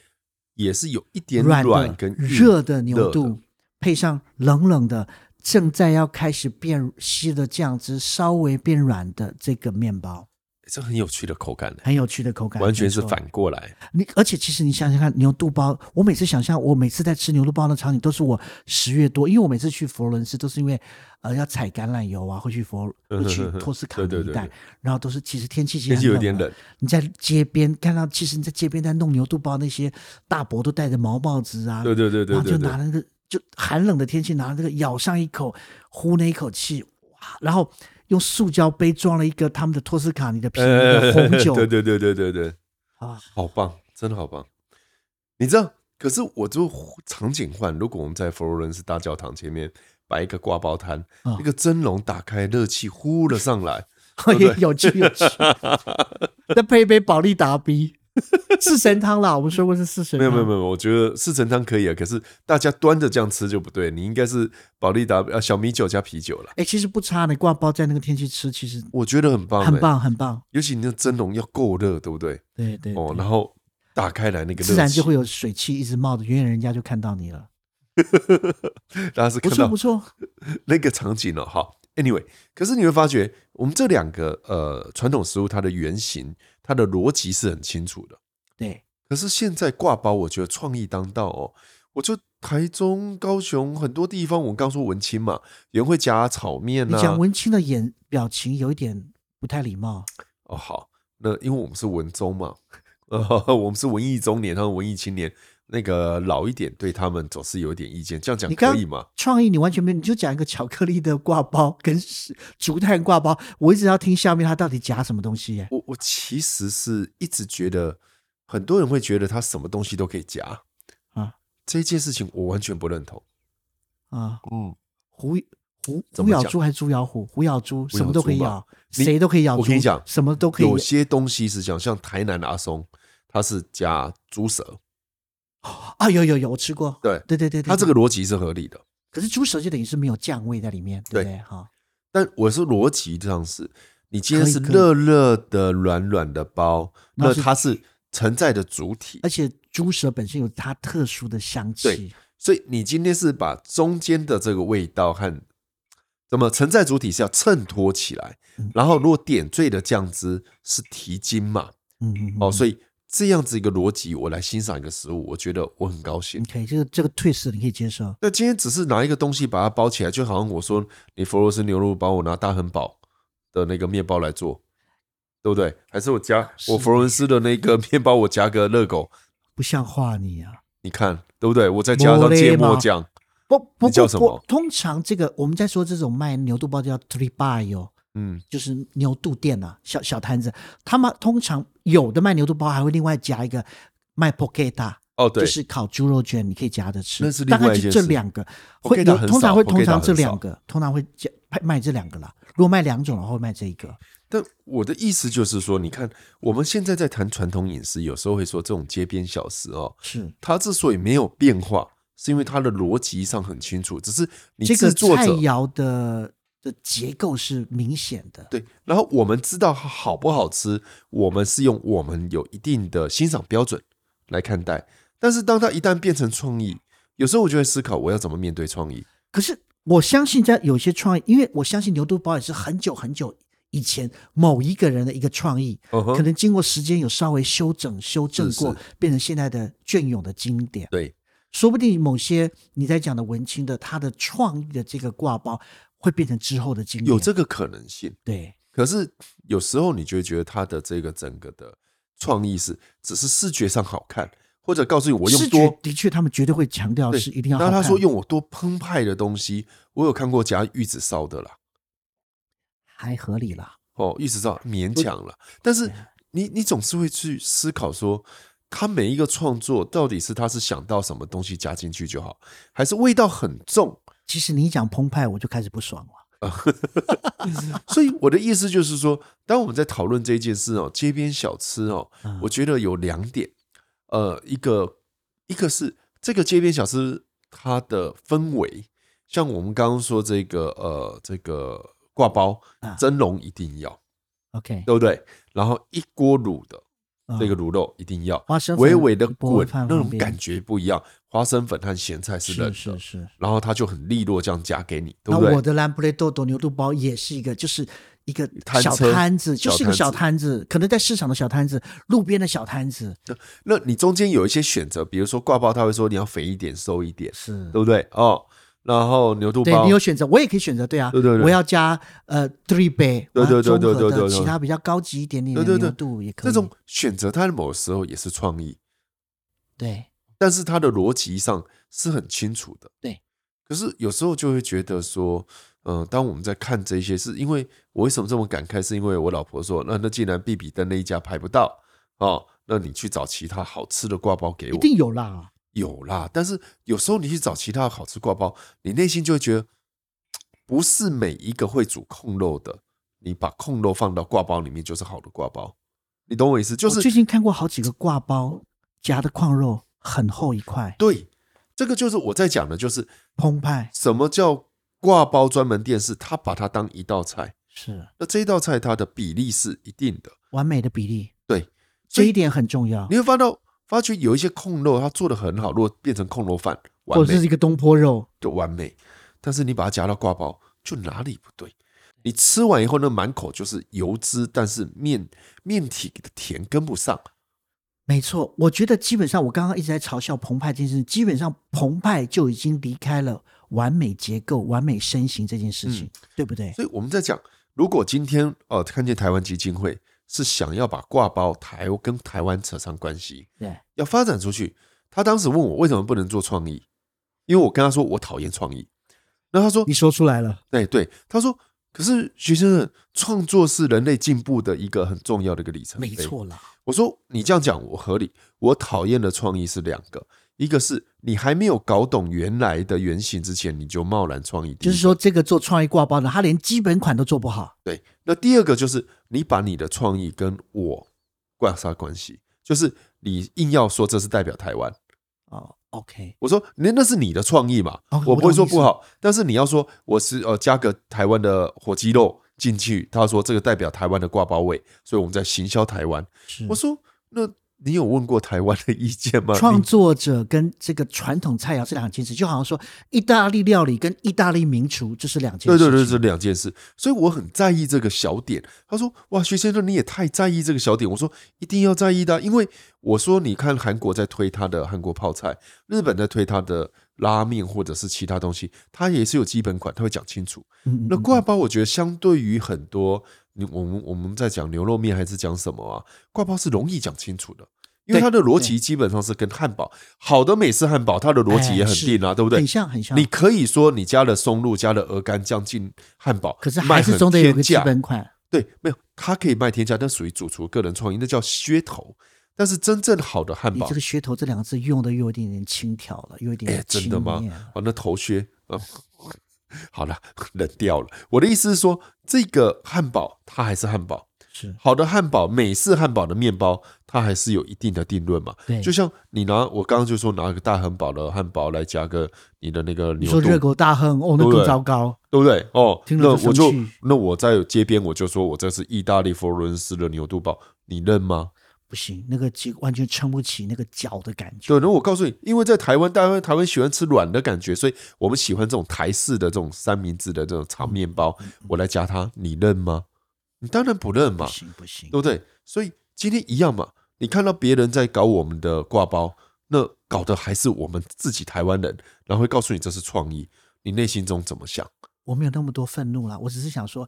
Speaker 1: 也是有一点
Speaker 2: 软
Speaker 1: 软
Speaker 2: 的
Speaker 1: 跟硬
Speaker 2: 热的牛
Speaker 1: 热
Speaker 2: 肚，配上冷冷的正在要开始变稀的酱汁，稍微变软的这个面包，
Speaker 1: 这很有趣的口感呢，
Speaker 2: 很有趣的口感，
Speaker 1: 完全
Speaker 2: 没
Speaker 1: 是
Speaker 2: 错
Speaker 1: 反过来，
Speaker 2: 你而且其实你想想看，牛肚包，我每次想象我每次在吃牛肚包的场景都是我十月多，因为我每次去佛罗伦斯都是因为呃要采橄榄油啊，会去佛
Speaker 1: 嗯
Speaker 2: 会去
Speaker 1: 哼哼
Speaker 2: 托斯卡尼
Speaker 1: 对
Speaker 2: 一
Speaker 1: 对对
Speaker 2: 带
Speaker 1: 对，
Speaker 2: 然后都是其实天气其实
Speaker 1: 天气
Speaker 2: 很
Speaker 1: 有点
Speaker 2: 的
Speaker 1: 冷，
Speaker 2: 你在街边看到，其实你在街边在弄牛肚包，那些大伯都戴着毛帽子啊，
Speaker 1: 对对对
Speaker 2: 然
Speaker 1: 对
Speaker 2: 后
Speaker 1: 对
Speaker 2: 就拿
Speaker 1: 对，
Speaker 2: 那个就寒冷的天气拿那个咬上一口，呼那一口气，哇，然后用塑胶杯装了一个他们的托斯卡尼的啤酒、
Speaker 1: 呃
Speaker 2: 红酒
Speaker 1: 对对对对对对，
Speaker 2: 啊，
Speaker 1: 好棒，真的好棒。你知道，可是我就场景换，如果我们在佛罗伦斯大教堂前面摆一个挂包摊，
Speaker 2: 啊
Speaker 1: 那个蒸笼打开，热气呼了上来，对
Speaker 2: 也有趣 有趣。再配一杯保利达 B，四神汤啦，我们说过是四神
Speaker 1: 没
Speaker 2: 汤。
Speaker 1: 有没有没有，我觉得四神汤可以啊，可是大家端着这样吃就不对，你应该是保利达呃小米酒加啤酒了，
Speaker 2: 哎、其实不差呢，挂包在那个天气吃，其实
Speaker 1: 我觉得很棒、欸，
Speaker 2: 很，棒很棒。
Speaker 1: 尤其你的蒸笼要够热，对不对？
Speaker 2: 对对
Speaker 1: 哦，
Speaker 2: 对
Speaker 1: 然后打开来那个热气，
Speaker 2: 自然就会有水汽一直冒着，远远人家就看到你了。
Speaker 1: 大家是
Speaker 2: 不
Speaker 1: 看
Speaker 2: 错
Speaker 1: 到
Speaker 2: 不错，
Speaker 1: 那个场景了、哦哈。Anyway，可是你会发觉，我们这两个呃传统食物，它的原型、它的逻辑是很清楚的。
Speaker 2: 对，
Speaker 1: 可是现在挂包，我觉得创意当道哦。我就台中、高雄很多地方，我刚说文青嘛，有人会夹炒面啊
Speaker 2: 你
Speaker 1: 呐、
Speaker 2: 讲文青的眼表情有一点不太礼貌，
Speaker 1: 哦，好，那因为我们是文中嘛， 呃，我们是文艺中年，他们文艺青年，那个老一点对他们总是有一点意见，这样讲
Speaker 2: 你刚
Speaker 1: 可以吗？
Speaker 2: 创意你完全没有，你就讲一个巧克力的挂包跟是竹炭挂包，我一直要听下面它到底夹什么东西耶。
Speaker 1: 我我其实是一直觉得，很多人会觉得他什么东西都可以夹
Speaker 2: 啊，
Speaker 1: 这件事情我完全不认同。
Speaker 2: 啊，
Speaker 1: 嗯，
Speaker 2: 胡胡
Speaker 1: 怎么
Speaker 2: 胡咬
Speaker 1: 讲
Speaker 2: 猪还是猪咬虎？虎咬猪什么都可以
Speaker 1: 猪吧
Speaker 2: 咬，
Speaker 1: 你
Speaker 2: 谁都可以咬猪。
Speaker 1: 我跟你讲
Speaker 2: 什么都可以咬
Speaker 1: 有。些东西是讲像台南阿松，他是夹猪舌，
Speaker 2: 啊，有有有，我吃过。
Speaker 1: 对
Speaker 2: 对对对，
Speaker 1: 他
Speaker 2: 对
Speaker 1: 这个逻辑是合理的。
Speaker 2: 可是猪舌就等于是没有酱味在里面，对不对？哈，
Speaker 1: 但我是逻辑上是，你今天
Speaker 2: 可以
Speaker 1: 是
Speaker 2: 可以
Speaker 1: 热热的、软软的包，
Speaker 2: 那
Speaker 1: 那
Speaker 2: 是
Speaker 1: 它是承载的主体
Speaker 2: 而，且猪舌本身有它特殊的香气
Speaker 1: 对，所以你今天是把中间的这个味道和怎么承载主体是要衬托起来
Speaker 2: 嗯，
Speaker 1: 然后如果点缀的酱汁是蹄筋嘛，
Speaker 2: 嗯嗯嗯
Speaker 1: 哦，所以这样子一个逻辑，我来欣赏一个食物，我觉得我很高兴
Speaker 2: 你。可以这个这个 twist 你可以接受，
Speaker 1: 那今天只是拿一个东西把它包起来，就好像我说你佛罗斯牛肉包，我拿大亨堡的那个面包来做，对不对？还是我加
Speaker 2: 是
Speaker 1: 我佛罗伦斯的那个面包，我加个热狗，
Speaker 2: 不像话你啊。
Speaker 1: 你看对不对？我再加上芥末酱，
Speaker 2: 不不
Speaker 1: 你叫
Speaker 2: 过
Speaker 1: 什
Speaker 2: 不
Speaker 1: 么，
Speaker 2: 通常这个我们在说这种卖牛肚包叫 three by 哦，
Speaker 1: 嗯，
Speaker 2: 就是牛肚店啊，小小摊子，他们通常有的卖牛肚包还会另外加一个卖 poqueta。
Speaker 1: 哦对，
Speaker 2: 就是烤猪肉卷，你可以夹着吃，
Speaker 1: 那是另
Speaker 2: 大概
Speaker 1: 外一
Speaker 2: 就
Speaker 1: 件
Speaker 2: 这
Speaker 1: 事
Speaker 2: 两个会
Speaker 1: Poqueta
Speaker 2: 有，
Speaker 1: 很
Speaker 2: 通常
Speaker 1: 少
Speaker 2: 会通
Speaker 1: ，Poqueta
Speaker 2: 常这
Speaker 1: 很少
Speaker 2: 两个，通常会加卖卖这两个啦。如果卖两种的话，会卖这一个。
Speaker 1: 但我的意思就是说，你看我们现在在谈传统饮食，有时候会说这种街边小吃哦，
Speaker 2: 是
Speaker 1: 它之所以没有变化，是因为它的逻辑上很清楚，只是你
Speaker 2: 这个
Speaker 1: 制作
Speaker 2: 菜
Speaker 1: 者
Speaker 2: 肴的的结构是明显的，
Speaker 1: 对，然后我们知道它好不好吃，我们是用我们有一定的欣赏标准来看待。但是当它一旦变成创意，有时候我就会思考，我要怎么面对创意？
Speaker 2: 可是我相信在有些创意，因为我相信牛肚包也是很久很久以前某一个人的一个创意，
Speaker 1: 嗯
Speaker 2: 可
Speaker 1: 哼，
Speaker 2: 能经过时间有稍微修整、修正
Speaker 1: 是
Speaker 2: 过，变成现在的隽永的经典。
Speaker 1: 对，
Speaker 2: 说不定某些你在讲的文青的他的创意的这个挂包，会变成之后的经典。
Speaker 1: 有这个可能性。
Speaker 2: 对
Speaker 1: 可是有时候你就会觉得他的这个整个的创意是只是视觉上好看，或者告诉你我
Speaker 2: 视
Speaker 1: 用
Speaker 2: 觉
Speaker 1: 多
Speaker 2: 的确，他们绝对会强调
Speaker 1: 对
Speaker 2: 是一定要好
Speaker 1: 然
Speaker 2: 看。
Speaker 1: 后他说用我多澎湃的东西，我有看过夹玉子烧的啦，
Speaker 2: 还合理啦，
Speaker 1: 哦，玉子烧勉强了，但是你你总是会去思考说。他每一个创作到底是他是想到什么东西加进去就好，还是味道很重？
Speaker 2: 其实你一讲澎湃，我就开始不爽了。
Speaker 1: 所以我的意思就是说，当我们在讨论这件事哦，街边小吃哦，
Speaker 2: 嗯
Speaker 1: 我觉得有两点，呃，一个一个是这个街边小吃它的氛围，像我们刚刚说这个呃这个挂包
Speaker 2: 啊
Speaker 1: 蒸笼一定要，
Speaker 2: OK，
Speaker 1: 对不对？然后一锅卤的
Speaker 2: 嗯
Speaker 1: 这个卤肉一定要，
Speaker 2: 花生
Speaker 1: 微
Speaker 2: 粉
Speaker 1: 微的
Speaker 2: 一拨
Speaker 1: 滚，
Speaker 2: 嗯放
Speaker 1: 那
Speaker 2: 旁
Speaker 1: 种
Speaker 2: 边
Speaker 1: 感觉不一样。花生粉和咸菜是冷
Speaker 2: 是
Speaker 1: 的，
Speaker 2: 是是。
Speaker 1: 然后它就很利落这样夹给你，对
Speaker 2: 那
Speaker 1: 不对？
Speaker 2: 我的兰布雷豆豆牛肚包也是一个，就是一个
Speaker 1: 摊
Speaker 2: 小
Speaker 1: 车
Speaker 2: 摊子，就是一个
Speaker 1: 小
Speaker 2: 小摊子，可能在市场的小摊子，路边的小摊子，
Speaker 1: 那你中间有一些选择，比如说挂包，他会说你要肥一点、瘦一点，
Speaker 2: 是
Speaker 1: 对不对？哦，然后牛肚
Speaker 2: 对
Speaker 1: 包
Speaker 2: 你有选择，我也可以选择，对啊，
Speaker 1: 对对对
Speaker 2: 我要加呃 three 啊 bay，
Speaker 1: 对对对对对对对
Speaker 2: 其他比较高级一点点
Speaker 1: 对
Speaker 2: 的
Speaker 1: 对对
Speaker 2: 牛肚也可以，啊
Speaker 1: 这种选择，它某时候也是创意，
Speaker 2: 对
Speaker 1: 但是它的逻辑上是很清楚的。
Speaker 2: 对，
Speaker 1: 可是有时候就会觉得说，嗯、当我们在看这些事，因为我为什么这么感慨，是因为我老婆说，那那既然必比登那一家排不到哦，那你去找其他好吃的挂包给
Speaker 2: 一
Speaker 1: 我。
Speaker 2: 定有啦，
Speaker 1: 有啦，但是有时候你去找其他的好吃挂包，你内心就会觉得，嘖不是每一个会煮控肉的，你把控肉放到挂包里面就是好的挂包，你懂我意思？就
Speaker 2: 我最
Speaker 1: 是
Speaker 2: 近看过好几个挂包夹的矿肉很厚一块，
Speaker 1: 对，这个就是我在讲的，就是
Speaker 2: 澎湃
Speaker 1: 什么叫挂包专门店，是他把它当一道菜，
Speaker 2: 是
Speaker 1: 那这一道菜它的比例是一定的，
Speaker 2: 完美的比例，
Speaker 1: 对，
Speaker 2: 这
Speaker 1: 所以
Speaker 2: 一点很重要
Speaker 1: 你，会发到发觉有一些控肉它做的很好，如果变成控肉饭，完
Speaker 2: 或
Speaker 1: 美
Speaker 2: 者是一个东坡肉，
Speaker 1: 就完美，但是你把它夹到挂包，就哪里不对。你吃完以后呢，满口就是油脂，但是面面体的甜跟不上。
Speaker 2: 没错，我觉得基本上我刚刚一直在嘲笑澎湃这件事，基本上澎湃就已经离开了完美结构、完美身形这件事情，对不对？
Speaker 1: 嗯所以我们在讲，如果今天呃看见台湾基金会是想要把挂包台跟台湾扯上关系，
Speaker 2: 对，
Speaker 1: 要发展出去，他当时问我为什么不能做创意，因为我跟他说我讨厌创意，然后他说
Speaker 2: 你说出来了，
Speaker 1: 对对，他说可是徐先生创作是人类进步的一个很重要的一个里程碑，
Speaker 2: 没错啦，
Speaker 1: 我说你这样讲我合理，我讨厌的创意是两个，一个是你还没有搞懂原来的原型之前，你就贸然创意，
Speaker 2: 就是说这个做创意挂包的，他连基本款都做不好，
Speaker 1: 对。那第二个就是你把你的创意跟我挂上关系，就是你硬要说这是代表台湾，
Speaker 2: 哦，OK，
Speaker 1: 我说那那是你的创意嘛，
Speaker 2: 哦
Speaker 1: 我不会说
Speaker 2: 我懂你意思
Speaker 1: 不好，但是你要说我是呃加个台湾的火鸡肉进去，他说这个代表台湾的挂包味，所以我们在行销台湾。
Speaker 2: 是
Speaker 1: 我说那你有问过台湾的意见吗？
Speaker 2: 创
Speaker 1: 你
Speaker 2: 作者跟这个传统菜肴是两件事，就好像说意大利料理跟意大利名厨这是两件
Speaker 1: 对
Speaker 2: 事
Speaker 1: 对
Speaker 2: 情，
Speaker 1: 对，这两件事，所以我很在意这个小点。他说：“哇，徐先生，你也太在意这个小点。”我说：“一定要在意的啊，因为我说你看韩国在推他的韩国泡菜，日本在推他的拉面或者是其他东西，他也是有基本款，他会讲清楚。
Speaker 2: 嗯，嗯
Speaker 1: 那
Speaker 2: 嗯
Speaker 1: 挂包，我觉得相对于很多，你我们我们在讲牛肉面还是讲什么啊？挂包是容易讲清楚的。”因为
Speaker 2: 对
Speaker 1: 它的逻辑基本上是跟汉堡好的美式汉堡，它的逻辑
Speaker 2: 哎
Speaker 1: 也很
Speaker 2: 是
Speaker 1: 定啊，对不对？
Speaker 2: 很像很像，
Speaker 1: 你可以说你加了松露，加了鹅肝酱进汉堡，
Speaker 2: 可是
Speaker 1: 卖
Speaker 2: 还
Speaker 1: 很
Speaker 2: 是总得有个
Speaker 1: 天
Speaker 2: 基
Speaker 1: 价
Speaker 2: 本款，
Speaker 1: 对，没有，它可以卖天价，但属于主厨个人创意，那叫噱头。但是真正好的汉
Speaker 2: 你
Speaker 1: 堡
Speaker 2: 这，个噱头这两个字用的又有一点点轻佻了，又有一点
Speaker 1: 哎，
Speaker 2: 点
Speaker 1: 真的吗
Speaker 2: 轻蔑了？
Speaker 1: 啊，那头靴啊， 好了， 冷掉了。我的意思是说，这个汉堡它还是汉堡，
Speaker 2: 是
Speaker 1: 好的汉堡，美式汉堡的面包，它还是有一定的定论嘛。
Speaker 2: 对，
Speaker 1: 就像你拿我刚刚就说拿个大汉堡的汉堡来加个你的那个
Speaker 2: 你
Speaker 1: 牛
Speaker 2: 说
Speaker 1: 肚
Speaker 2: 热狗大亨，哦，那
Speaker 1: 对不
Speaker 2: 更
Speaker 1: 对
Speaker 2: 糟糕。
Speaker 1: 对不对？哦，
Speaker 2: 听
Speaker 1: 那
Speaker 2: 了就
Speaker 1: 我就
Speaker 2: 生气
Speaker 1: 那我在街边我就说我这是意大利佛罗伦斯的牛肚包，你认吗？
Speaker 2: 不行，那个几完全撑不起那个脚的感觉。
Speaker 1: 对，那我告诉你，因为在台湾，大家台湾喜欢吃软的感觉，所以我们喜欢这种台式的这种三明治的这种长面包。
Speaker 2: 嗯
Speaker 1: 我来夹它，你认吗？你当然不认
Speaker 2: 不
Speaker 1: 嘛，
Speaker 2: 行不行
Speaker 1: 对，不对？所以今天一样嘛，你看到别人在搞我们的挂包，那搞的还是我们自己台湾人，然后会告诉你这是创意，你内心中怎么想？
Speaker 2: 我没有那么多愤怒啦，我只是想说，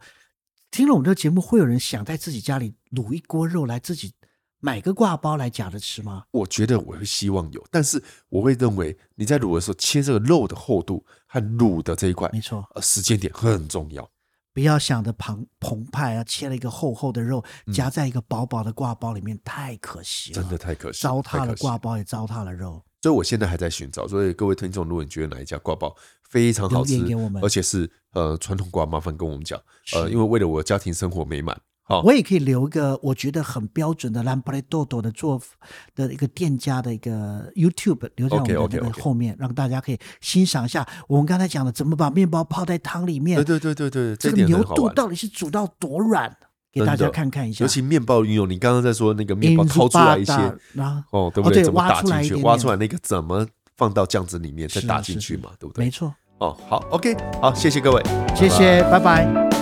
Speaker 2: 听了我们这个节目，会有人想在自己家里卤一锅肉来自己买个挂包来夹着吃吗？
Speaker 1: 我觉得我会希望有，但是我会认为你在卤的时候切这个肉的厚度和卤的这一块
Speaker 2: 没，错，
Speaker 1: 呃，时间点很重要。
Speaker 2: 不要想的澎澎湃啊，切了一个厚厚的肉，夹在一个薄薄的挂包里面，太可惜
Speaker 1: 嗯
Speaker 2: 了，
Speaker 1: 真的太可惜，
Speaker 2: 糟
Speaker 1: 太
Speaker 2: 蹋了
Speaker 1: 可惜
Speaker 2: 挂。包，也糟蹋了肉。
Speaker 1: 所以我现在还在寻找。所以各位听众，如果你觉得哪一家挂包非常好吃
Speaker 2: 留言给我，们
Speaker 1: 而且是呃传统挂，麻烦跟我们讲。呃，
Speaker 2: 是
Speaker 1: 因为为了我家庭生活美满，好、
Speaker 2: 我也可以留一个我觉得很标准的兰布雷豆豆的做法的一个店家的一个 YouTube 留在我
Speaker 1: OK，
Speaker 2: 们
Speaker 1: OK，
Speaker 2: 的那个
Speaker 1: OK
Speaker 2: 后面让大家可以欣赏一下我们刚才讲的怎么把面包泡在汤里面
Speaker 1: 对，对对对对，
Speaker 2: 这个
Speaker 1: 点
Speaker 2: 牛
Speaker 1: 很好
Speaker 2: 肚
Speaker 1: 玩。
Speaker 2: 到底是煮到多软，给
Speaker 1: 真
Speaker 2: 大家
Speaker 1: 的
Speaker 2: 看看一下。
Speaker 1: 尤其面包运用，你刚刚在说那个面包
Speaker 2: In
Speaker 1: 掏出来一些，
Speaker 2: Zubata，然后
Speaker 1: 哦，对
Speaker 2: 哦
Speaker 1: 不对？
Speaker 2: 对
Speaker 1: 怎么
Speaker 2: 挖
Speaker 1: 打
Speaker 2: 出来
Speaker 1: 进
Speaker 2: 一
Speaker 1: 去？
Speaker 2: 点
Speaker 1: 挖
Speaker 2: 点
Speaker 1: 出来那个怎么放到酱汁里面再
Speaker 2: 是
Speaker 1: 打
Speaker 2: 是
Speaker 1: 进去
Speaker 2: 是
Speaker 1: 嘛，对不
Speaker 2: 没
Speaker 1: 对？
Speaker 2: 错，
Speaker 1: 哦，好，OK，好，谢谢各位，
Speaker 2: 谢
Speaker 1: 拜拜
Speaker 2: 谢，拜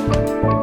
Speaker 2: 拜